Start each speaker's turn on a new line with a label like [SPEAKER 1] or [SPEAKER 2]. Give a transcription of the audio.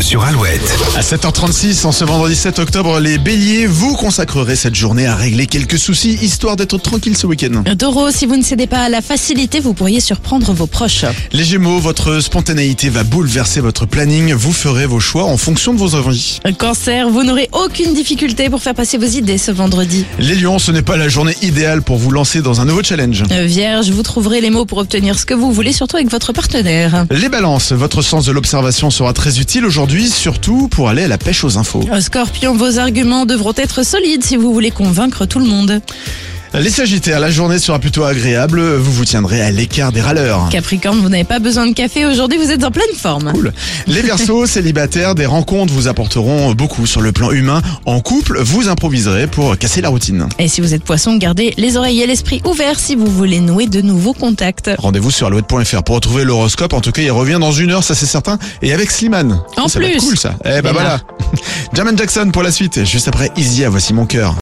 [SPEAKER 1] sur Alouette.
[SPEAKER 2] À 7h36, en ce vendredi 7 octobre, les béliers, vous consacrerez cette journée à régler quelques soucis, histoire d'être tranquille ce week-end.
[SPEAKER 3] Taureau, si vous ne cédez pas à la facilité, vous pourriez surprendre vos proches.
[SPEAKER 2] Les gémeaux, votre spontanéité va bouleverser votre planning, vous ferez vos choix en fonction de vos envies.
[SPEAKER 3] Cancer, vous n'aurez aucune difficulté pour faire passer vos idées ce vendredi.
[SPEAKER 2] Les lions, ce n'est pas la journée idéale pour vous lancer dans un nouveau challenge.
[SPEAKER 3] Euh, Vierge, vous trouverez les mots pour obtenir ce que vous voulez, surtout avec votre partenaire.
[SPEAKER 2] Les balances, votre sens de l'observation sera très utile aujourd'hui, surtout pour aller à la pêche aux infos.
[SPEAKER 3] Euh, Scorpion, vos arguments devront être solides si vous voulez convaincre tout le monde.
[SPEAKER 2] Les sagittaires, la journée sera plutôt agréable, vous vous tiendrez à l'écart des râleurs.
[SPEAKER 3] Capricorne, vous n'avez pas besoin de café aujourd'hui, vous êtes en pleine forme.
[SPEAKER 2] Cool. Les versos, célibataires, des rencontres vous apporteront beaucoup sur le plan humain. En couple, vous improviserez pour casser la routine.
[SPEAKER 3] Et si vous êtes poisson, gardez les oreilles et l'esprit ouverts si vous voulez nouer de nouveaux contacts.
[SPEAKER 2] Rendez-vous sur alouette.fr pour retrouver l'horoscope. En tout cas, il revient dans une heure, ça c'est certain. Et avec Slimane.
[SPEAKER 3] En
[SPEAKER 2] ça va être
[SPEAKER 3] plus.
[SPEAKER 2] cool ça. Eh ben
[SPEAKER 3] Et
[SPEAKER 2] voilà. Jaman Jackson pour la suite. Juste après, Izia, voici mon cœur.